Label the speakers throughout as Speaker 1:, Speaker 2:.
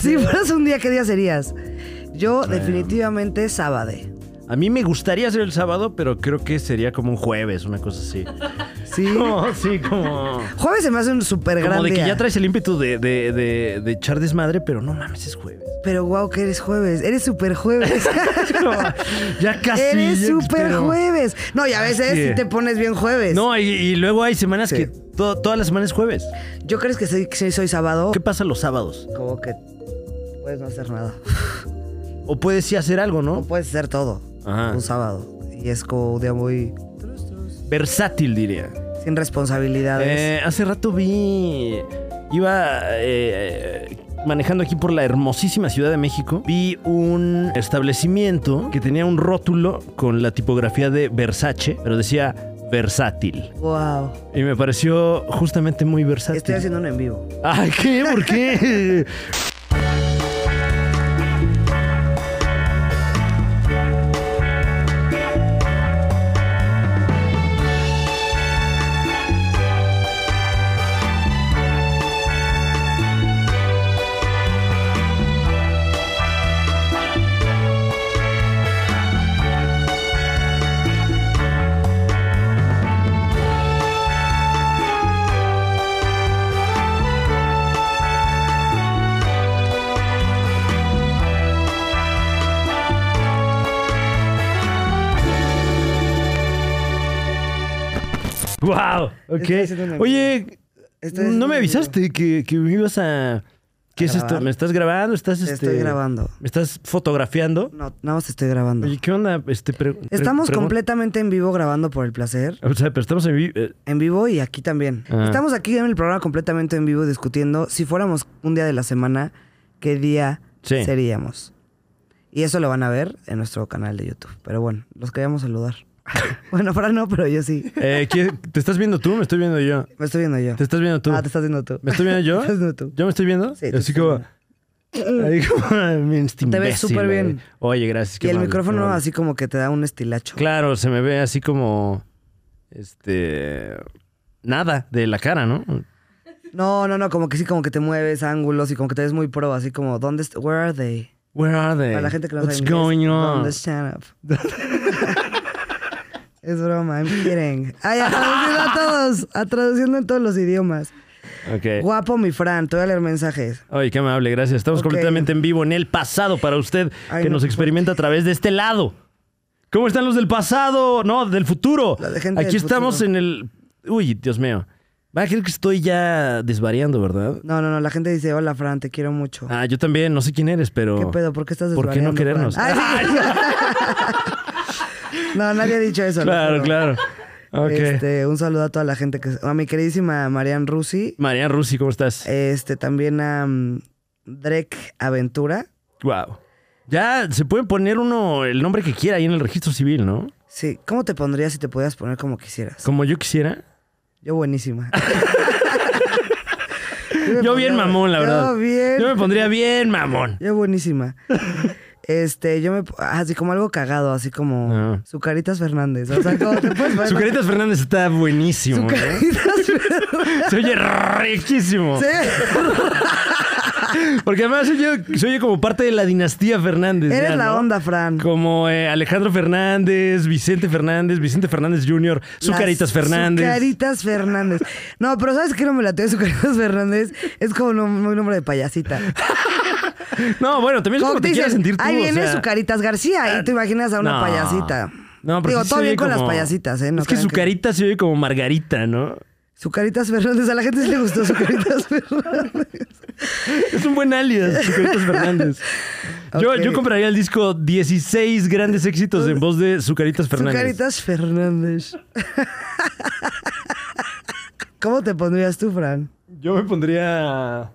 Speaker 1: Si fueras un día, ¿qué día serías? Yo definitivamente sábado.
Speaker 2: A mí me gustaría hacer el sábado, pero creo que sería como un jueves, una cosa así.
Speaker 1: Sí.
Speaker 2: Como, sí, como.
Speaker 1: Jueves se me hace un súper gran
Speaker 2: Como de que
Speaker 1: día.
Speaker 2: ya traes el ímpetu de, de- de- de echar desmadre, pero no mames, es jueves.
Speaker 1: Pero wow, que eres jueves. Eres súper jueves.
Speaker 2: Como, ya casi.
Speaker 1: eres
Speaker 2: ya-
Speaker 1: súper
Speaker 2: pero-
Speaker 1: jueves. No, y a veces
Speaker 2: que-
Speaker 1: sí te pones bien jueves.
Speaker 2: No, y, y luego hay semanas
Speaker 1: Sí.
Speaker 2: que to- todas las semanas es jueves.
Speaker 1: ¿Yo crees que soy, que soy- soy sábado?
Speaker 2: ¿Qué pasa los sábados?
Speaker 1: Como que puedes no hacer nada.
Speaker 2: O puedes sí hacer algo,
Speaker 1: No
Speaker 2: ¿no?
Speaker 1: puedes hacer todo
Speaker 2: Ajá.
Speaker 1: un sábado. Y es como un día muy
Speaker 2: Versátil, diría.
Speaker 1: sin responsabilidades.
Speaker 2: Eh, hace rato vi. Iba eh, manejando aquí por la hermosísima Ciudad de México. Vi un establecimiento que tenía un rótulo con la tipografía de Versace, pero decía versátil.
Speaker 1: wow.
Speaker 2: Y me pareció justamente muy versátil.
Speaker 1: Estoy haciendo un en vivo.
Speaker 2: Ay, ¿qué? ¿Por qué? ¡Wow! Ok.
Speaker 1: Estoy haciendo una-
Speaker 2: Oye,
Speaker 1: Estoy haciendo
Speaker 2: no me
Speaker 1: una-
Speaker 2: avisaste que, que me ibas a. ¿Qué
Speaker 1: ¿A
Speaker 2: es esto?
Speaker 1: grabar?
Speaker 2: ¿Me estás grabando? ¿Estás
Speaker 1: Te
Speaker 2: este,
Speaker 1: estoy grabando.
Speaker 2: ¿Me estás fotografiando?
Speaker 1: No, nada más te estoy grabando.
Speaker 2: Oye, ¿qué onda? Este, pre- pre-
Speaker 1: Estamos
Speaker 2: pregun-
Speaker 1: completamente en vivo grabando por el placer.
Speaker 2: O sea, pero estamos en vivo. eh,
Speaker 1: En vivo y aquí también.
Speaker 2: Ah.
Speaker 1: Estamos aquí en el programa completamente en vivo discutiendo si fuéramos un día de la semana, qué día
Speaker 2: Sí.
Speaker 1: seríamos. Y eso lo van a ver en nuestro canal de YouTube. Pero bueno, los queríamos saludar. bueno, Fran no, pero yo sí.
Speaker 2: eh, ¿qué- ¿Te estás viendo tú? ¿Me estoy viendo yo?
Speaker 1: Me estoy viendo yo.
Speaker 2: ¿Te estás viendo tú?
Speaker 1: Ah, te estás viendo tú.
Speaker 2: ¿Me estoy viendo yo?
Speaker 1: Te estás viendo tú.
Speaker 2: ¿Yo me estoy viendo?
Speaker 1: Sí, te
Speaker 2: Así
Speaker 1: estás
Speaker 2: como. Ahí como, mi
Speaker 1: Te ves
Speaker 2: imbécil,
Speaker 1: súper bien.
Speaker 2: güey. Oye, gracias.
Speaker 1: Y
Speaker 2: qué
Speaker 1: el
Speaker 2: amable, qué
Speaker 1: micrófono
Speaker 2: amable.
Speaker 1: así como que te da un estilacho.
Speaker 2: Claro, se me ve así como. Este. Nada de la cara, ¿no?
Speaker 1: No, no, no, como que sí, como que te mueves ángulos y como que te ves muy pro, así como, ¿dónde est- Where are they?
Speaker 2: Where are they?
Speaker 1: Para la gente que no sabe
Speaker 2: What's
Speaker 1: inglés,
Speaker 2: going on?
Speaker 1: ¿Dónde stand up? es broma, I'm kidding. Ay, a traduciendo a todos, a traduciendo en todos los idiomas.
Speaker 2: Ok.
Speaker 1: Guapo mi Fran, te voy a leer mensajes.
Speaker 2: Ay, qué amable, gracias. Estamos
Speaker 1: Ok.
Speaker 2: completamente en vivo en el pasado para usted
Speaker 1: Ay,
Speaker 2: que
Speaker 1: no,
Speaker 2: nos
Speaker 1: por
Speaker 2: experimenta a través de este lado. ¿Cómo están los del pasado? No, del futuro.
Speaker 1: La de gente
Speaker 2: Aquí
Speaker 1: del
Speaker 2: estamos
Speaker 1: futuro.
Speaker 2: en el. Uy, Dios mío. Va a creer que estoy ya desvariando, ¿verdad?
Speaker 1: No, no, no, la gente dice, hola Fran, te quiero mucho.
Speaker 2: Ah, yo también, no sé quién eres, pero.
Speaker 1: ¿Qué pedo? ¿Por qué estás
Speaker 2: ¿Por qué no
Speaker 1: desvariando,
Speaker 2: querernos?
Speaker 1: Fran? Ay, sí. no, nadie ha dicho eso. lo
Speaker 2: Claro,
Speaker 1: juro.
Speaker 2: claro. Ok.
Speaker 1: Este, un saludo a toda la gente que... A mi queridísima Marian Rusi.
Speaker 2: María Rusi, ¿cómo estás?
Speaker 1: Este, también a mm, Drek Aventura.
Speaker 2: Wow. Ya se puede poner uno el nombre que quiera ahí en el registro civil, ¿no?
Speaker 1: Sí, ¿cómo te pondrías si te podías poner como quisieras?
Speaker 2: Como yo quisiera.
Speaker 1: Yo buenísima. me
Speaker 2: Yo bien
Speaker 1: pondría-
Speaker 2: mamón, la verdad.
Speaker 1: Yo bien.
Speaker 2: Yo me pondría bien mamón.
Speaker 1: Yo buenísima. Este, yo me... Así como algo cagado, así como...
Speaker 2: Ah.
Speaker 1: Sucaritas Fernández. O sea, como te puedes poner...
Speaker 2: Sucaritas Fernández está buenísimo. ¿no?
Speaker 1: Sucaritas Fernández.
Speaker 2: Se oye riquísimo.
Speaker 1: Sí,
Speaker 2: Porque además se oye, se oye como parte de la dinastía Fernández.
Speaker 1: Eres
Speaker 2: ya,
Speaker 1: la
Speaker 2: ¿no?
Speaker 1: onda, Fran.
Speaker 2: Como eh, Alejandro Fernández, Vicente Fernández, Vicente Fernández Jr.,
Speaker 1: Las
Speaker 2: Sucaritas Fernández.
Speaker 1: Sucaritas Fernández. No, pero ¿sabes qué no me late de Sucaritas Fernández? Es como un, un nombre de payasita.
Speaker 2: No, bueno, también es
Speaker 1: Como
Speaker 2: como
Speaker 1: que te
Speaker 2: te quieras
Speaker 1: dicen,
Speaker 2: sentir tú.
Speaker 1: ahí
Speaker 2: o
Speaker 1: viene
Speaker 2: sea, Ah,
Speaker 1: Sucaritas García y te imaginas a una
Speaker 2: no.
Speaker 1: payasita.
Speaker 2: No, pero
Speaker 1: Digo,
Speaker 2: sí se
Speaker 1: todo
Speaker 2: oye
Speaker 1: bien con las
Speaker 2: como-
Speaker 1: payasitas, ¿eh? No
Speaker 2: es que
Speaker 1: crean
Speaker 2: su carita se oye como Margarita, ¿no?
Speaker 1: Sucaritas Fernández, a la gente sí le gustó Sucaritas Fernández.
Speaker 2: Es un buen alias, Sucaritas Fernández. Yo,
Speaker 1: Ok.
Speaker 2: yo compraría el disco 16 grandes éxitos en voz de Sucaritas Fernández.
Speaker 1: Sucaritas Fernández. ¿Cómo te pondrías tú, Fran?
Speaker 2: Yo me pondría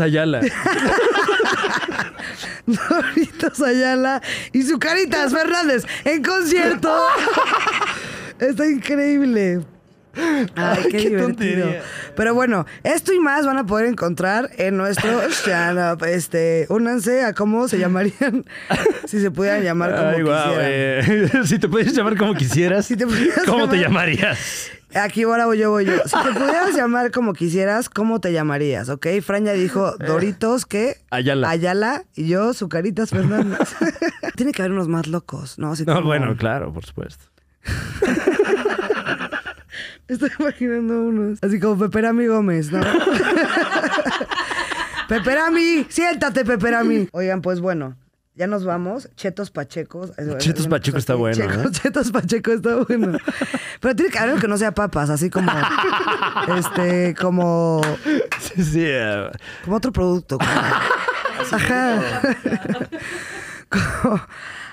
Speaker 2: Ayala.
Speaker 1: Doritos Ayala y Sucaritas Fernández en concierto. Está increíble. Ay, qué,
Speaker 2: Qué
Speaker 1: divertido.
Speaker 2: tontería.
Speaker 1: Pero bueno, esto y más van a poder encontrar en nuestro stand up. Este, únanse a cómo se llamarían si se pudieran llamar como
Speaker 2: Ay, guau,
Speaker 1: quisieran.
Speaker 2: eh, si te pudieras llamar como quisieras,
Speaker 1: Si te pudieras
Speaker 2: ¿cómo te
Speaker 1: llamar-
Speaker 2: llamarías?
Speaker 1: Aquí ahora voy yo, voy yo. Si te pudieras llamar como quisieras, ¿cómo te llamarías? ¿Ok? Fran ya dijo Doritos, ¿qué?
Speaker 2: Eh. Ayala.
Speaker 1: Ayala y yo, Zucaritas Fernández. Tiene que haber unos más locos, ¿no? Si
Speaker 2: No,
Speaker 1: tengo-
Speaker 2: bueno, claro, por supuesto.
Speaker 1: Estoy imaginando unos. Así como Peperami Gómez, ¿no? Peperami, siéntate, Peperami. Oigan, pues bueno. Ya nos vamos. Chetos Pachecos.
Speaker 2: Chetos Pacheco está bueno,
Speaker 1: Chetos,
Speaker 2: ¿eh?
Speaker 1: Chetos Pacheco está bueno. Pero tiene que haber algo que no sea papas, así como. Este, como.
Speaker 2: Sí, sí. eh,
Speaker 1: Como otro producto. como- Ajá. Como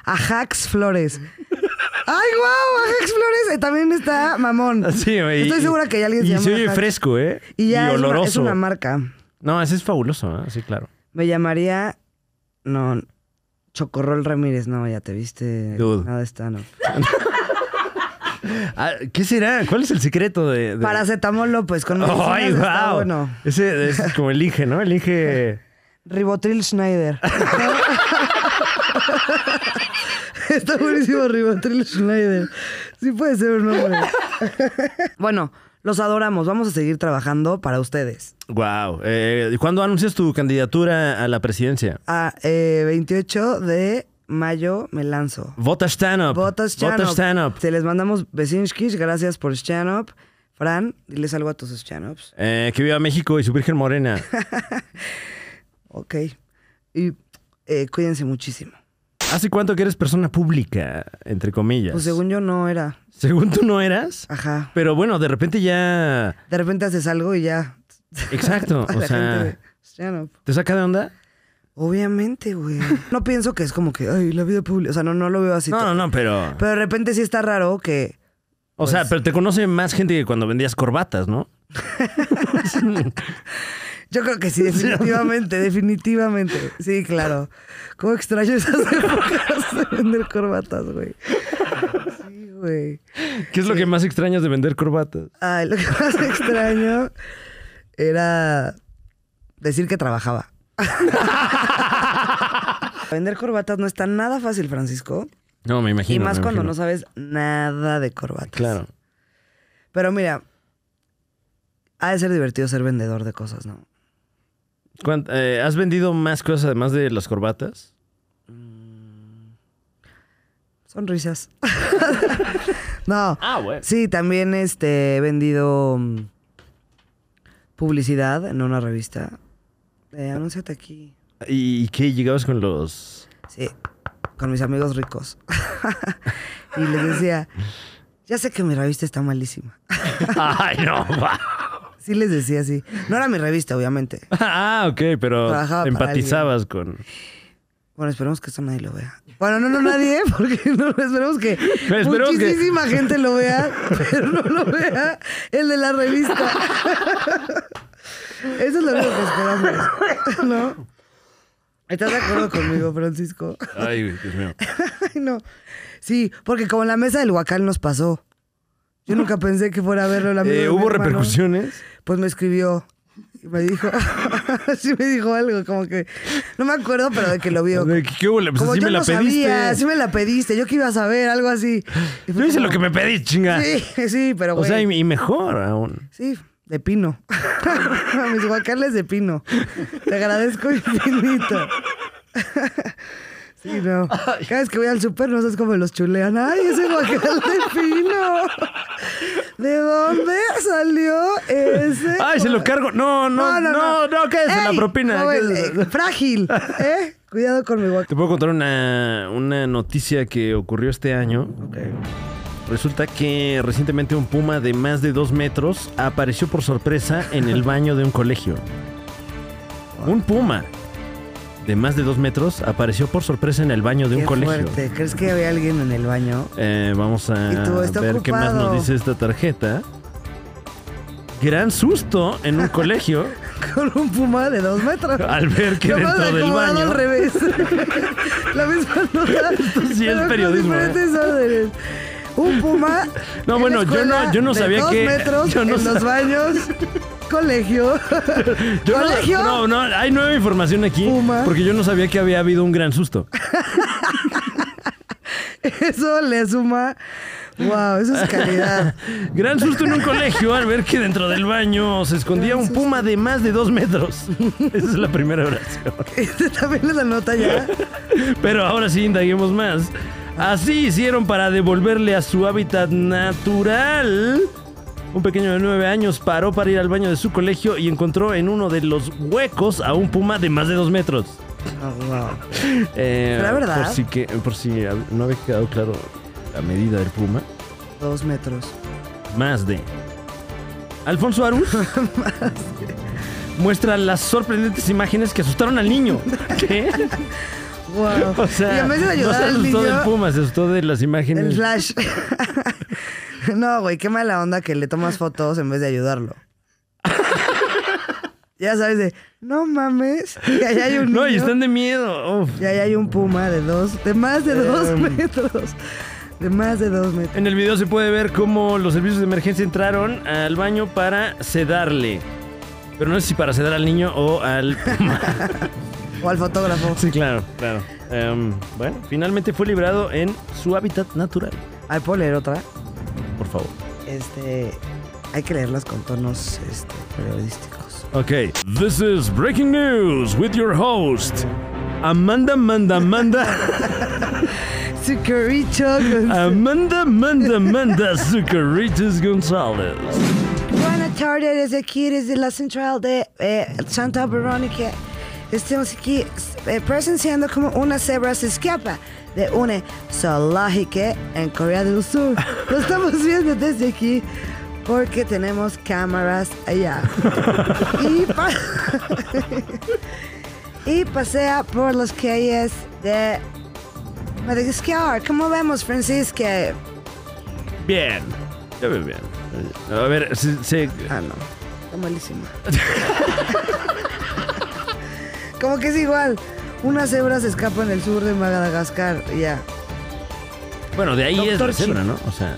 Speaker 1: Ajax Flores. ¡Ay, guau! Ajax Flores eh, también está mamón.
Speaker 2: sí, güey,
Speaker 1: Estoy
Speaker 2: y-
Speaker 1: segura que hay alguien que
Speaker 2: Y
Speaker 1: se
Speaker 2: se
Speaker 1: llama
Speaker 2: oye
Speaker 1: Ajax.
Speaker 2: fresco, ¿eh?
Speaker 1: Y ya es, una,
Speaker 2: oloroso.
Speaker 1: es una marca.
Speaker 2: No, ese es fabuloso, ¿eh? Sí, claro.
Speaker 1: Me llamaría. No. Chocorrol Ramírez, no, ya te viste.
Speaker 2: Dude.
Speaker 1: Nada está, no.
Speaker 2: Ah, ¿Qué será? ¿Cuál es el secreto de...? de-
Speaker 1: Paracetamol López, con medicinas
Speaker 2: ¡Ay,
Speaker 1: está
Speaker 2: wow!
Speaker 1: bueno.
Speaker 2: Ese es como el Inge, ¿no? El Inge...
Speaker 1: Ribotril Schneider. Está buenísimo Ribotril Schneider. Sí puede ser un nombre. bueno, los adoramos. Vamos a seguir trabajando para ustedes.
Speaker 2: Wow. Eh, ¿Cuándo anuncias tu candidatura a la presidencia?
Speaker 1: A eh, 28 de mayo me lanzo.
Speaker 2: Vota stand up.
Speaker 1: Votas Chanop.
Speaker 2: Vota stand up.
Speaker 1: Te les mandamos besinskis. Gracias por Chanop. Fran, diles algo a tus Chanops.
Speaker 2: Eh, que viva México y su Virgen Morena.
Speaker 1: Ok. Y eh, cuídense muchísimo.
Speaker 2: ¿Hace cuánto que eres persona pública, entre comillas?
Speaker 1: Pues según yo no era.
Speaker 2: Según tú no eras.
Speaker 1: Ajá.
Speaker 2: Pero bueno, de repente ya...
Speaker 1: De repente haces algo y ya.
Speaker 2: Exacto.
Speaker 1: A
Speaker 2: o
Speaker 1: la
Speaker 2: sea,
Speaker 1: gente, Chanop.
Speaker 2: ¿te saca de onda?
Speaker 1: Obviamente, güey. No pienso que es como que, ay, la vida pública. O sea, no, no lo veo así.
Speaker 2: No, no, no, pero...
Speaker 1: Pero de repente sí está raro que.
Speaker 2: O
Speaker 1: pues
Speaker 2: sea, pero te conoce más gente que cuando vendías corbatas, ¿no?
Speaker 1: Yo creo que sí, definitivamente, definitivamente. Sí, claro. ¿Cómo extraño esas épocas de vender corbatas, güey? Sí, güey.
Speaker 2: ¿Qué es lo que más extrañas de vender corbatas?
Speaker 1: Ay, lo que más extraño era decir que trabajaba. Vender corbatas no está nada fácil, Francisco.
Speaker 2: No, me imagino.
Speaker 1: y más
Speaker 2: me
Speaker 1: cuando no
Speaker 2: imagino.
Speaker 1: sabes nada de corbatas.
Speaker 2: Claro.
Speaker 1: Pero mira, ha de ser divertido ser vendedor de cosas, ¿no?
Speaker 2: ¿Cuánt- eh, ¿Has vendido más cosas además de las corbatas?
Speaker 1: Sonrisas. no.
Speaker 2: Ah, bueno.
Speaker 1: Sí, también este, he vendido mm, publicidad en una revista. Eh, anúnciate aquí.
Speaker 2: ¿Y qué? ¿Llegabas con los...?
Speaker 1: Sí, con mis amigos ricos. y les decía, ya sé que mi revista está malísima.
Speaker 2: ¡Ay, no! va.
Speaker 1: Sí les decía así. No era mi revista, obviamente.
Speaker 2: Ah, ok, pero
Speaker 1: Trabajaba para
Speaker 2: empatizabas con...
Speaker 1: Bueno, esperemos que esto nadie lo vea. Bueno, no, no, nadie, porque no, esperemos que
Speaker 2: esperemos que-
Speaker 1: muchísima gente lo vea, pero no lo vea el de la revista. Eso es lo único que esperamos, ¿no? ¿Estás de acuerdo conmigo, Francisco?
Speaker 2: Ay, Dios mío.
Speaker 1: Ay, no. Sí, porque como en la mesa del huacal nos pasó. Yo nunca pensé que fuera a verlo la
Speaker 2: Eh, ¿Hubo repercusiones?
Speaker 1: pues me escribió y me dijo, sí me dijo algo, como que, no me acuerdo, pero de que lo vio.
Speaker 2: ¿Qué, qué hubo? Pues
Speaker 1: como
Speaker 2: así
Speaker 1: yo
Speaker 2: me la
Speaker 1: no
Speaker 2: pediste.
Speaker 1: sabía, sí me la pediste, yo que iba a saber, algo así. Y fue
Speaker 2: Yo hice
Speaker 1: como,
Speaker 2: lo que me pedí, chinga.
Speaker 1: Sí, sí, pero
Speaker 2: o
Speaker 1: güey.
Speaker 2: sea, y, y mejor aún.
Speaker 1: Sí, de pino. A mis guacales de pino. Te agradezco infinito. Sí, no. Cada vez que voy al súper, no sabes cómo me los chulean. ¡Ay, ese guacal de pino! ¿De dónde salió ese?
Speaker 2: ¡Ay, se lo
Speaker 1: guacal?
Speaker 2: cargo! No, no, no, no, quédese
Speaker 1: Ey,
Speaker 2: la propina.
Speaker 1: joven,
Speaker 2: quédese.
Speaker 1: eh, frágil, ¿eh? Cuidado con mi guacal.
Speaker 2: Te puedo contar una, una noticia que ocurrió este año. Resulta que recientemente un puma de más de dos metros apareció por sorpresa en el baño de un colegio. Un puma de más de dos metros apareció por sorpresa en el baño de un
Speaker 1: Qué
Speaker 2: colegio.
Speaker 1: fuerte. ¿Crees que había alguien en el baño?
Speaker 2: Eh, vamos a
Speaker 1: Y
Speaker 2: ver
Speaker 1: tú, está
Speaker 2: qué más
Speaker 1: ocupado.
Speaker 2: nos dice esta tarjeta. Gran susto en un colegio
Speaker 1: Con un puma de dos metros.
Speaker 2: al ver Ah, que
Speaker 1: Lo más
Speaker 2: dentro del
Speaker 1: acomodado
Speaker 2: baño...
Speaker 1: al revés. La misma nota.
Speaker 2: sí es
Speaker 1: pero con
Speaker 2: periodismo, ¿eh?
Speaker 1: diferentes órdenes. Un puma.
Speaker 2: No,
Speaker 1: en la
Speaker 2: bueno, yo no-
Speaker 1: escuela
Speaker 2: yo no
Speaker 1: de
Speaker 2: sabía
Speaker 1: dos
Speaker 2: que-
Speaker 1: metros
Speaker 2: yo no
Speaker 1: en
Speaker 2: sab-
Speaker 1: los baños. Colegio.
Speaker 2: Yo no-
Speaker 1: Colegio.
Speaker 2: no, no, hay nueva información aquí.
Speaker 1: Puma.
Speaker 2: Porque yo no sabía que había habido un gran susto.
Speaker 1: Eso le suma. Wow, eso es calidad.
Speaker 2: Gran susto en un colegio al ver que dentro del baño se escondía un puma de más de dos metros. Esa es la primera oración.
Speaker 1: Este también es la nota ya.
Speaker 2: Pero ahora sí indaguemos más. Así hicieron para devolverle a su hábitat natural. Un pequeño de nueve años paró para ir al baño de su colegio y encontró en uno de los huecos a un puma de más de dos metros.
Speaker 1: Ah, wow.
Speaker 2: Eh,
Speaker 1: ¿Será verdad?
Speaker 2: Por si, que, por si no había quedado claro la medida del puma.
Speaker 1: Dos metros.
Speaker 2: Más de. Alfonso Arús muestra las sorprendentes imágenes que asustaron al niño. ¿Qué?
Speaker 1: Wow.
Speaker 2: O sea,
Speaker 1: y en vez de
Speaker 2: no
Speaker 1: ayudar
Speaker 2: se
Speaker 1: al
Speaker 2: asustó
Speaker 1: niño,
Speaker 2: del puma, se asustó de las imágenes.
Speaker 1: el flash. no, güey, qué mala onda que le tomas fotos en vez de ayudarlo. ya sabes de, no mames, que allá hay un
Speaker 2: No, y
Speaker 1: niño,
Speaker 2: están de miedo. Uf.
Speaker 1: y allá hay un puma de dos, de más de dos
Speaker 2: Em.
Speaker 1: metros. De más de dos metros.
Speaker 2: En el video se puede ver cómo los servicios de emergencia entraron al baño para sedarle. Pero no sé si para sedar al niño o al puma.
Speaker 1: O al fotógrafo.
Speaker 2: sí, claro, claro. Em, bueno, finalmente fue librado en su hábitat natural.
Speaker 1: Ay, ¿puedo leer otra?
Speaker 2: Por favor.
Speaker 1: Este, hay que leerlas con tonos este, periodísticos.
Speaker 2: Ok. This is Breaking News with your host, Amanda Manda Manda.
Speaker 1: Zucaricho.
Speaker 2: Amanda Manda Manda Zucaritis González.
Speaker 1: Buenas tardes, desde aquí, desde la central de eh, Santa Verónica. Estamos aquí eh, presenciando como una cebra se escapa de una zoológica en Corea del Sur. Lo estamos viendo desde aquí porque tenemos cámaras allá. Y, pa- y pasea por las calles de Madagascar. Como vemos, Francisca?
Speaker 2: Bien. Ya ve bien. A ver, se- se,
Speaker 1: Ah, no. Está malísima. Como que es igual. Una cebra se escapa en el sur de Madagascar. Ya.
Speaker 2: Bueno, de ahí es
Speaker 1: Doctor
Speaker 2: la cebra, ¿no? O sea,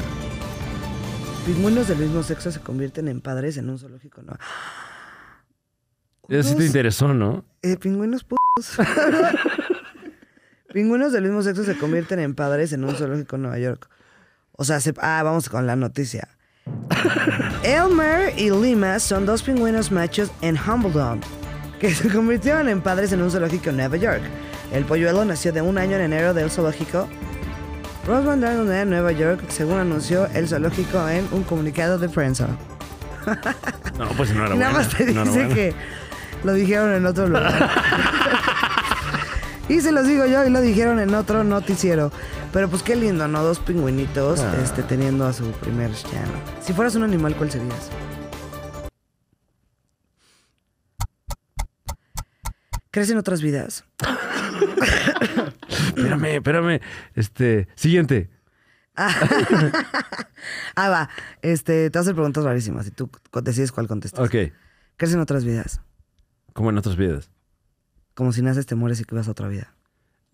Speaker 1: Pingüinos del mismo sexo se convierten en padres en un zoológico, ¿no?
Speaker 2: eso sí te
Speaker 1: Dos,
Speaker 2: interesó, ¿no?
Speaker 1: eh, pingüinos p***. pingüinos del mismo sexo se convierten en padres en un zoológico en Nueva York. O sea, se- ah, vamos con la noticia. Elmer y Lima son dos pingüinos machos en Humbledon que se convirtieron en padres en un zoológico en Nueva York. El polluelo nació de un año en enero del zoológico. Rosman Dragon en Nueva York, según anunció el zoológico en un comunicado de prensa.
Speaker 2: No, pues no era
Speaker 1: Nada
Speaker 2: buena,
Speaker 1: más te dice
Speaker 2: no era buena.
Speaker 1: que lo dijeron en otro lugar. y se los digo yo y lo dijeron en otro noticiero. Pero pues qué lindo, ¿no? Dos pingüinitos
Speaker 2: Ah.
Speaker 1: este, teniendo a su primer chano. Si fueras un animal, ¿cuál serías? ¿Crees en otras vidas?
Speaker 2: Espérame, espérame. Este, siguiente.
Speaker 1: Ah, va. Este, te hacen preguntas rarísimas y tú co- decides cuál contestas.
Speaker 2: Ok,
Speaker 1: ¿Crees en otras vidas?
Speaker 2: como en otras vidas.
Speaker 1: Como si naces, te mueres y que vas a otra vida.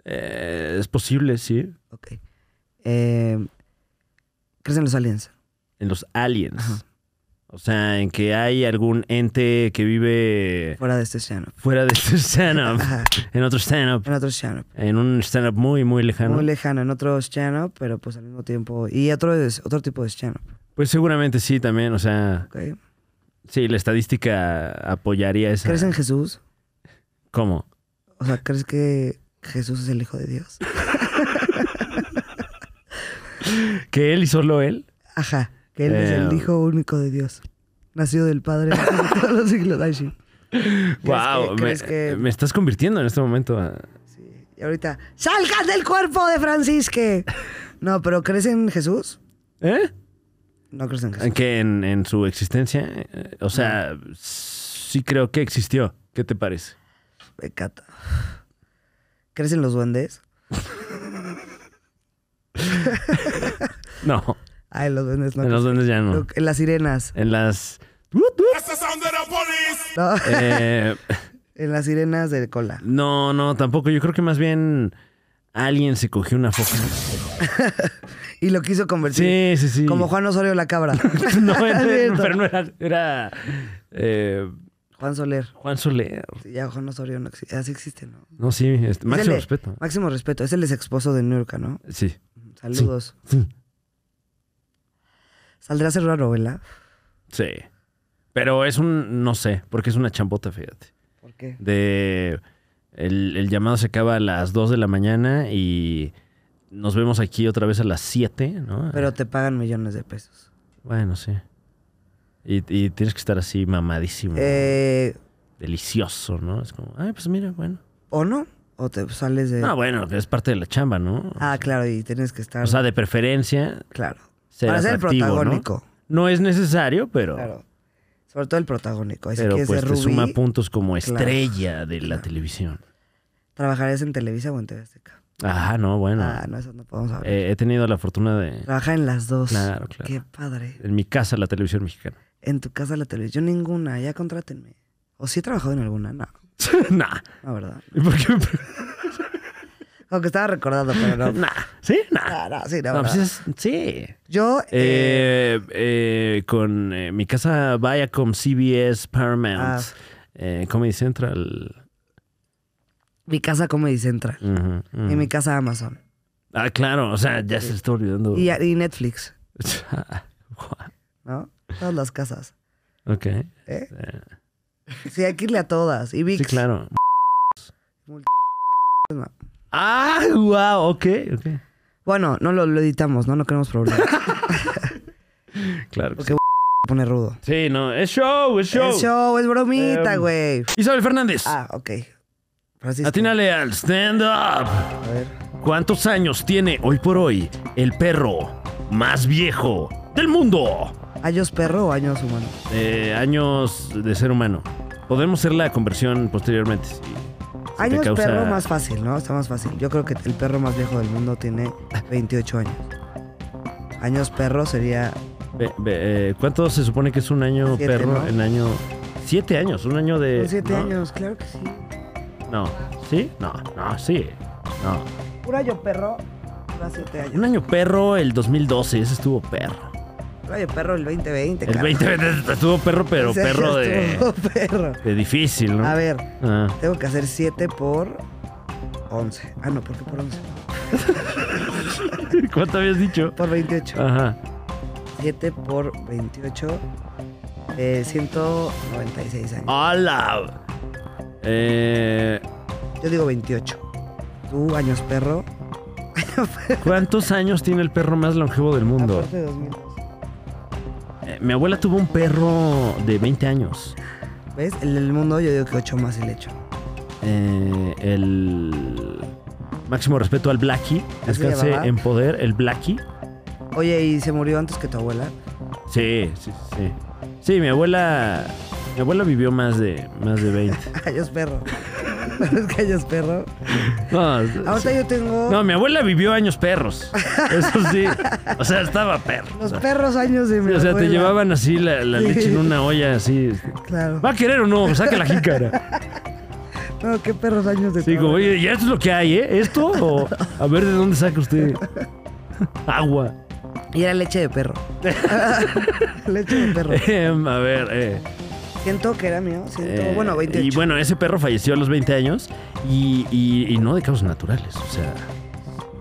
Speaker 2: Eh, es posible, sí.
Speaker 1: Ok. Eh, ¿Crees en los aliens?
Speaker 2: En los aliens.
Speaker 1: Ajá.
Speaker 2: O sea, en que hay algún ente que vive
Speaker 1: Fuera de este océano.
Speaker 2: fuera de este stand-up.
Speaker 1: Ajá.
Speaker 2: en otro stand-up.
Speaker 1: En otro océano.
Speaker 2: En un stand-up muy, muy lejano.
Speaker 1: Muy lejano, en otro océano, pero pues al mismo tiempo. Y otro, es- otro tipo de océano.
Speaker 2: Pues seguramente sí también. O sea,
Speaker 1: ok.
Speaker 2: sí, la estadística apoyaría esa.
Speaker 1: ¿Crees en Jesús?
Speaker 2: ¿Cómo?
Speaker 1: O sea, ¿crees que Jesús es el Hijo de Dios?
Speaker 2: ¿Que él y solo él?
Speaker 1: Ajá. Que Él es el
Speaker 2: Eh,
Speaker 1: Hijo único de Dios. Nacido del Padre de todos los siglos. Ay, sí. ¿Crees
Speaker 2: Wow,
Speaker 1: que-
Speaker 2: me,
Speaker 1: crees que-
Speaker 2: me estás convirtiendo en este momento. a-
Speaker 1: Sí. Y ahorita, ¡salgan del cuerpo de Francisque! No, pero ¿crees en Jesús?
Speaker 2: ¿Eh?
Speaker 1: No crees en Jesús.
Speaker 2: En Que en, en su existencia, eh, o sea, sí creo que existió. ¿Qué te parece?
Speaker 1: Me cata. ¿Crees en los duendes?
Speaker 2: No,
Speaker 1: Ay, los duendes no.
Speaker 2: en los duendes ya no.
Speaker 1: Lo- en las sirenas.
Speaker 2: En las...
Speaker 1: No,
Speaker 2: Eh,
Speaker 1: en las sirenas de cola.
Speaker 2: no, no, tampoco. Yo creo que más bien alguien se cogió una foca.
Speaker 1: Y lo quiso convertir.
Speaker 2: Sí, sí, sí.
Speaker 1: Como Juan Osorio la cabra.
Speaker 2: No, era-
Speaker 1: Cierto.
Speaker 2: pero no era. era, eh,
Speaker 1: Juan Soler.
Speaker 2: Juan Soler.
Speaker 1: Sí, ya Juan Osorio no exi- Así existe, ¿no?
Speaker 2: No, sí, este,
Speaker 1: Es el
Speaker 2: máximo
Speaker 1: de-
Speaker 2: respeto.
Speaker 1: Máximo respeto. Es el ex esposo de Nurka, ¿no?
Speaker 2: Sí.
Speaker 1: Saludos.
Speaker 2: Sí.
Speaker 1: Saldrá a ser raro, ¿verdad?
Speaker 2: Sí. Pero es un. No sé, porque es una chambota, fíjate.
Speaker 1: ¿Por qué?
Speaker 2: de el, el llamado se acaba a las 2 de la mañana y nos vemos aquí otra vez a las 7, ¿no?
Speaker 1: Pero te pagan millones de pesos.
Speaker 2: Bueno, sí. Y, y tienes que estar así mamadísimo,
Speaker 1: Eh,
Speaker 2: delicioso, ¿no? Es como, ay, pues mira, bueno.
Speaker 1: ¿O no? ¿O te sales de...?
Speaker 2: No, bueno, es parte de la chamba, ¿no?
Speaker 1: eh, Ah, claro, y tienes que estar...
Speaker 2: o sea, de preferencia,
Speaker 1: claro.
Speaker 2: ser
Speaker 1: Para ser el
Speaker 2: atractivo, ¿no?
Speaker 1: protagónico.
Speaker 2: ¿no? es necesario, pero,
Speaker 1: Claro. Sobre todo el protagónico. Y si
Speaker 2: pero
Speaker 1: quieres
Speaker 2: pues
Speaker 1: ser
Speaker 2: te
Speaker 1: Rubí,
Speaker 2: suma puntos como
Speaker 1: Claro.
Speaker 2: estrella de la
Speaker 1: Claro.
Speaker 2: televisión.
Speaker 1: ¿trabajarías en Televisa o en TV Azteca?
Speaker 2: Ah, no, bueno.
Speaker 1: Ah, no, eso no podemos hablar.
Speaker 2: Eh, he tenido la fortuna de...
Speaker 1: Trabajar en las dos.
Speaker 2: Claro, claro.
Speaker 1: Qué padre.
Speaker 2: En mi casa, la televisión mexicana.
Speaker 1: En tu casa la televisión, yo ninguna, ya contrátenme. ¿O sí he trabajado en alguna? No,
Speaker 2: nah.
Speaker 1: la verdad.
Speaker 2: ¿Y por qué me pre-
Speaker 1: Aunque estaba recordando, pero no.
Speaker 2: Nah. ¿Sí? Nah.
Speaker 1: Ah, no, sí, la
Speaker 2: No,
Speaker 1: verdad.
Speaker 2: pues es- sí.
Speaker 1: Yo, eh,
Speaker 2: Eh, eh, con eh, mi casa Viacom, CBS, Paramount,
Speaker 1: Ah.
Speaker 2: eh, Comedy Central.
Speaker 1: mi casa Comedy Central.
Speaker 2: Ujú, ujú.
Speaker 1: Y mi casa Amazon.
Speaker 2: Ah, claro. O sea, ya se está olvidando.
Speaker 1: Y, y Netflix,
Speaker 2: Guau.
Speaker 1: ¿no? Todas las casas.
Speaker 2: ok.
Speaker 1: ¿eh?
Speaker 2: Eh,
Speaker 1: Sí, hay que irle a todas. Y VIX.
Speaker 2: sí, claro.
Speaker 1: Mul-
Speaker 2: Ah, wow. Ok, ok.
Speaker 1: Bueno, no lo, lo editamos, ¿no? No queremos problemas.
Speaker 2: Claro. que
Speaker 1: Porque pone rudo.
Speaker 2: sí. Sí, no. Es show, es show.
Speaker 1: Es show, es bromita,
Speaker 2: Em,
Speaker 1: güey.
Speaker 2: Isabel Fernández.
Speaker 1: Ah, ok. Francisco.
Speaker 2: Atínale al stand-up.
Speaker 1: A ver.
Speaker 2: ¿Cuántos años tiene hoy por hoy el perro más viejo del mundo?
Speaker 1: ¿Años perro o años humano?
Speaker 2: Eh, años de ser humano. Podemos hacer la conversión posteriormente. si- si te
Speaker 1: Años
Speaker 2: causa-
Speaker 1: perro más fácil, ¿no? Está más fácil. Yo creo que el perro más viejo del mundo tiene 28 años. Años perro sería
Speaker 2: Ve- ve, eh, ¿Cuánto se supone que es un año
Speaker 1: Siete,
Speaker 2: perro
Speaker 1: ¿no?
Speaker 2: en año... Siete años, un año de...
Speaker 1: 7
Speaker 2: Eh, ¿no?
Speaker 1: años, claro que sí.
Speaker 2: No, ¿sí? No, no, sí. No.
Speaker 1: Un año perro dura 7 años.
Speaker 2: Un año perro el 2012, ese estuvo perro.
Speaker 1: Un año perro el 2020,
Speaker 2: El
Speaker 1: carajo.
Speaker 2: 2020 estuvo perro, pero
Speaker 1: Ese
Speaker 2: perro de,
Speaker 1: estuvo perro.
Speaker 2: de difícil, ¿no?
Speaker 1: A ver,
Speaker 2: Ah.
Speaker 1: tengo que hacer 7 por 11. Ah, no, ¿por qué por 11?
Speaker 2: ¿Cuánto habías dicho?
Speaker 1: Por 28.
Speaker 2: Ajá.
Speaker 1: 7 por 28, eh, 196 años.
Speaker 2: ¡Hola! Eh,
Speaker 1: Yo digo 28. Tú, años perro.
Speaker 2: ¿Cuántos años tiene el perro más longevo del mundo?
Speaker 1: Aparte de 2002.
Speaker 2: Eh, mi abuela tuvo un perro de 20 años.
Speaker 1: ¿Ves? El del mundo yo digo que 8 más el hecho.
Speaker 2: Eh, el máximo respeto al Blackie.
Speaker 1: Así
Speaker 2: Descanse
Speaker 1: llamaba.
Speaker 2: en poder, el Blackie.
Speaker 1: Oye, ¿y se murió antes que tu abuela?
Speaker 2: Sí, sí, sí. Sí, mi abuela. Mi abuela vivió más de, más de 20.
Speaker 1: Años perro. ¿Sabes que años perro?
Speaker 2: No,
Speaker 1: Ahorita yo tengo
Speaker 2: no, mi abuela vivió años perros. Eso sí. O sea, estaba perro.
Speaker 1: los perros años de mi
Speaker 2: o sea, te
Speaker 1: abuela.
Speaker 2: llevaban así la, la
Speaker 1: Sí.
Speaker 2: leche en una olla así.
Speaker 1: Claro.
Speaker 2: ¿Va a querer o no? Saca la jícara.
Speaker 1: No, qué perros años de tu
Speaker 2: Sí, como,
Speaker 1: abuela.
Speaker 2: oye, ya esto es lo que hay, ¿eh? ¿Esto? O a ver de dónde saca usted agua.
Speaker 1: Y era leche de perro. leche de perro.
Speaker 2: Em, a ver, eh,
Speaker 1: Siento que era mío. Siento,
Speaker 2: eh,
Speaker 1: bueno, 28.
Speaker 2: Y bueno, ese perro falleció a los 20 años y, y- y no de causas naturales. O sea,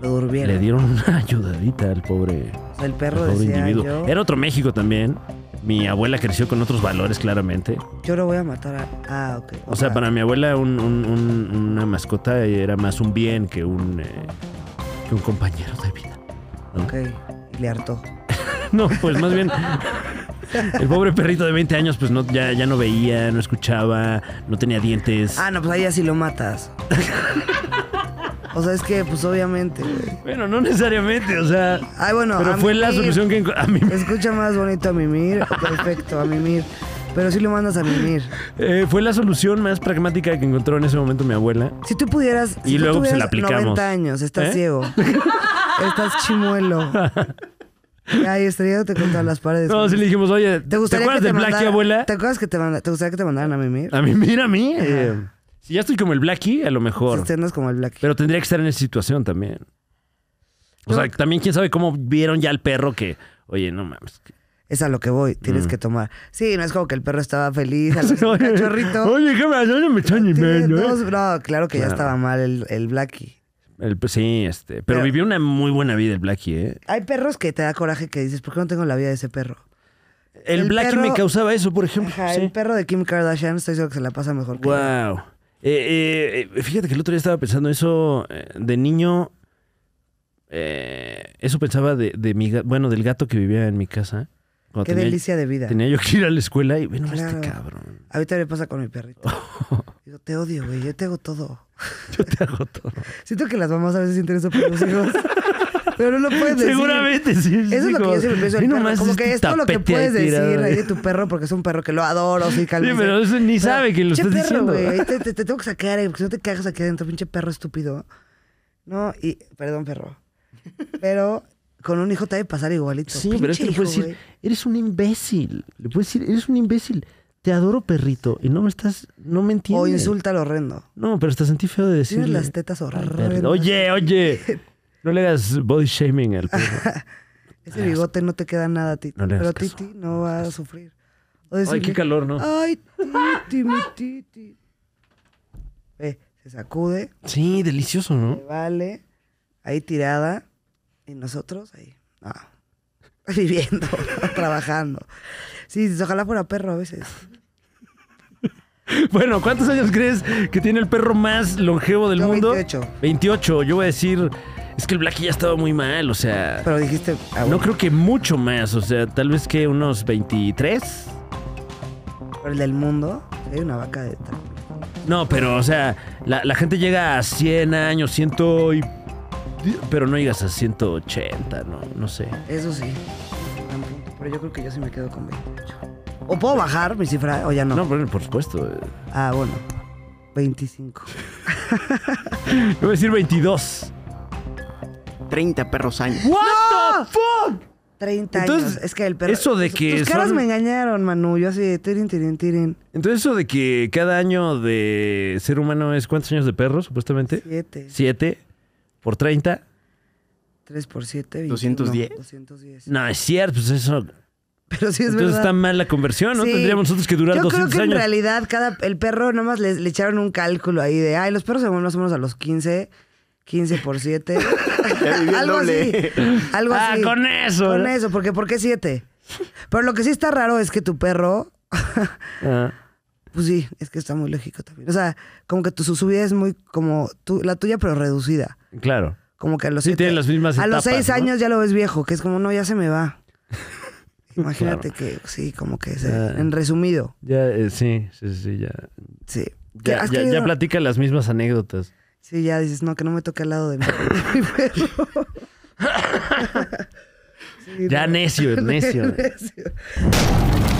Speaker 1: Lo durmieron.
Speaker 2: le dieron una ayudadita al pobre,
Speaker 1: O sea, el
Speaker 2: al
Speaker 1: perro
Speaker 2: pobre
Speaker 1: decía
Speaker 2: individuo.
Speaker 1: yo,
Speaker 2: Era otro México también. Mi abuela creció con otros valores, claramente.
Speaker 1: yo lo voy a matar a... Ah, ok.
Speaker 2: O sea, para mi abuela un- un- un- una mascota era más un bien que un, eh, que un compañero de vida.
Speaker 1: Ok, y le hartó.
Speaker 2: No, pues más bien. El pobre perrito de 20 años, pues no, ya, ya no veía, no escuchaba, no tenía dientes.
Speaker 1: Ah, no, pues ahí así lo matas. o sea, es que, pues obviamente, güey.
Speaker 2: Bueno, no necesariamente, o sea.
Speaker 1: Ay, bueno,
Speaker 2: pero
Speaker 1: a
Speaker 2: fue la
Speaker 1: mimir.
Speaker 2: solución que enco- a mí
Speaker 1: Escucha más bonito a mimir. Perfecto, a mimir. Pero sí lo mandas a mimir.
Speaker 2: eh, fue la solución más pragmática que encontró en ese momento mi abuela.
Speaker 1: Si tú pudieras. si
Speaker 2: Y
Speaker 1: tú
Speaker 2: luego, pues, se la
Speaker 1: tuvieras
Speaker 2: aplicamos.
Speaker 1: 90 años, estás
Speaker 2: ¿Eh?
Speaker 1: ciego. estás chimuelo. Ay, estrellándote contra las paredes.
Speaker 2: No, sí le dijimos, oye, ¿te,
Speaker 1: ¿Te gustaría
Speaker 2: acuerdas
Speaker 1: que te
Speaker 2: de Blackie,
Speaker 1: mandara-
Speaker 2: abuela?
Speaker 1: ¿Te acuerdas que te manda- te gustaría que te mandaran a mimir?
Speaker 2: A mí, mira a mí. eh, Si ya estoy como el Blackie, a lo mejor.
Speaker 1: Usted no es como el Black.
Speaker 2: Pero tendría que estar en esa situación también. O sea, también quién sabe cómo vieron ya al perro que, oye, no mames.
Speaker 1: Es a lo que voy, tienes
Speaker 2: Mm.
Speaker 1: que tomar. Sí, no es como que el perro estaba feliz, al
Speaker 2: Oye,
Speaker 1: cachorrito.
Speaker 2: Oye, qué pasó, no me echan ni
Speaker 1: Tiene
Speaker 2: menos.
Speaker 1: dos- no, claro que ya
Speaker 2: Claro.
Speaker 1: estaba mal el, el Blackie.
Speaker 2: El- sí, este. Pero,
Speaker 1: Pero-
Speaker 2: vivió una muy buena vida el Blackie, ¿eh?
Speaker 1: Hay perros que te da coraje que dices, ¿por qué no tengo la vida de ese perro?
Speaker 2: El,
Speaker 1: El
Speaker 2: Blackie
Speaker 1: perro-
Speaker 2: me causaba eso, por ejemplo.
Speaker 1: Ajá,
Speaker 2: sí.
Speaker 1: El perro de Kim Kardashian, estoy seguro que se la pasa mejor. que-
Speaker 2: Wow. Eh, fíjate que el otro día estaba pensando eso eh, de niño. eh, eso pensaba de, de mi ga- bueno, del gato que vivía en mi casa. Cuando
Speaker 1: Qué
Speaker 2: tenía-
Speaker 1: delicia de vida.
Speaker 2: Tenía yo que ir a la escuela y bueno, este
Speaker 1: Claro.
Speaker 2: cabrón.
Speaker 1: A mí también me pasa con mi perrito. Digo, te odio, güey, yo te hago todo.
Speaker 2: Yo te hago todo.
Speaker 1: Siento que las mamás a veces sienten eso por los hijos. pero no lo puedes decir.
Speaker 2: Seguramente sí.
Speaker 1: Eso es lo que yo siempre pienso del perro. Como
Speaker 2: este
Speaker 1: que es todo lo que puedes decir ahí de tu perro porque es un perro que lo adoro, sí,
Speaker 2: Sí,
Speaker 1: calma.
Speaker 2: pero eso ni sabe que lo
Speaker 1: che,
Speaker 2: estás
Speaker 1: perro,
Speaker 2: diciendo.
Speaker 1: güey, te, te- te tengo que sacar, eh, porque si no te cagas aquí adentro, pinche perro estúpido. No, y perdón, perro. Pero con un hijo te debe pasar igualito.
Speaker 2: Sí, Pues, pero es
Speaker 1: Pinche
Speaker 2: que le puedes
Speaker 1: hijo,
Speaker 2: decir, eres un imbécil. Le puedes decir, eres un imbécil. Te adoro, perrito. Y no me estás, no me
Speaker 1: güey.
Speaker 2: entiendes.
Speaker 1: O insulta al horrendo.
Speaker 2: No, pero hasta sentí feo de decir.
Speaker 1: Tienes las tetas horrendas.
Speaker 2: Oye, oye. No le hagas body shaming al
Speaker 1: Ah,
Speaker 2: perro.
Speaker 1: Ese bigote no te queda nada, Titi.
Speaker 2: No le
Speaker 1: pero
Speaker 2: hagas caso.
Speaker 1: Titi no va a sufrir. O
Speaker 2: Ay,
Speaker 1: decirle,
Speaker 2: qué calor, ¿no?
Speaker 1: Ay, Titi, mi Titi. Ve, se sacude,
Speaker 2: Sí, delicioso, ¿no?
Speaker 1: le vale, ahí tirada. Y nosotros ahí, no, viviendo, trabajando. Sí, ojalá fuera perro a veces.
Speaker 2: Bueno, ¿cuántos años crees que tiene el perro más longevo del
Speaker 1: Yo,
Speaker 2: mundo?
Speaker 1: 28.
Speaker 2: 28. Yo voy a decir, es que el Blackie ya estaba muy mal, o sea,
Speaker 1: Pero dijiste, ah,
Speaker 2: no
Speaker 1: bueno,
Speaker 2: creo que mucho más, o sea, tal vez que unos 23.
Speaker 1: pero el del mundo, sí, hay una vaca de tal.
Speaker 2: No, pero, o sea, la, la gente llega a 100 años, 100 y... Pero no llegas a 180, no, no sé.
Speaker 1: Eso sí, gran punto. Pero yo creo que yo sí me quedo con 28. ¿O puedo bajar mi cifra o ya
Speaker 2: No, bueno, por supuesto. eh.
Speaker 1: Ah, bueno. 25.
Speaker 2: Yo voy a decir 22.
Speaker 3: 30 perros años.
Speaker 2: ¿What the fuck?
Speaker 1: 30
Speaker 2: Entonces,
Speaker 1: años. Es que el perro.
Speaker 2: eso de que
Speaker 1: Tus caras
Speaker 2: son-
Speaker 1: me engañaron, Manu. Yo así de tirin, tirin, tirin.
Speaker 2: Entonces eso de que cada año de ser humano es cuántos años de perro, supuestamente?
Speaker 1: 7.
Speaker 2: 7 por 30.
Speaker 1: 3 por 7.
Speaker 3: 210.
Speaker 1: 210.
Speaker 2: No, es cierto, pues eso.
Speaker 1: Pero sí es
Speaker 2: Entonces
Speaker 1: verdad.
Speaker 2: está mal la conversión, ¿no?
Speaker 1: Sí.
Speaker 2: Tendríamos nosotros que durar
Speaker 1: Yo creo
Speaker 2: 200
Speaker 1: que en
Speaker 2: años.
Speaker 1: realidad cada, el perro nomás le, le echaron un cálculo ahí de, ay, los perros se mueren más o menos a los 15, 15 por 7.
Speaker 3: viví el
Speaker 1: algo
Speaker 3: doble.
Speaker 1: así. Algo
Speaker 2: Ah,
Speaker 1: así.
Speaker 2: con eso.
Speaker 1: Con eso, porque ¿por qué 7? Pero lo que sí está raro es que tu perro
Speaker 2: Ah.
Speaker 1: Pues sí, es que está muy lógico también. O sea, como que tu su subida es muy como tu- la tuya, pero reducida.
Speaker 2: Claro.
Speaker 1: Como que a los
Speaker 2: Sí, tiene las mismas
Speaker 1: A los
Speaker 2: etapas,
Speaker 1: seis
Speaker 2: ¿no?
Speaker 1: años ya lo ves viejo, que es como, no, ya se me va. Imagínate que, sí, como que se-
Speaker 2: Ah.
Speaker 1: en resumido,
Speaker 2: Ya, eh, sí, sí, sí, ya.
Speaker 1: sí. ¿Qué,
Speaker 2: Ya,
Speaker 1: has
Speaker 2: ya- ya
Speaker 1: querido-
Speaker 2: platica las mismas anécdotas.
Speaker 1: Sí, ya dices, no, que no me toque al lado de mi, de mi perro. Sí,
Speaker 2: Ya necio, necio.
Speaker 1: necio.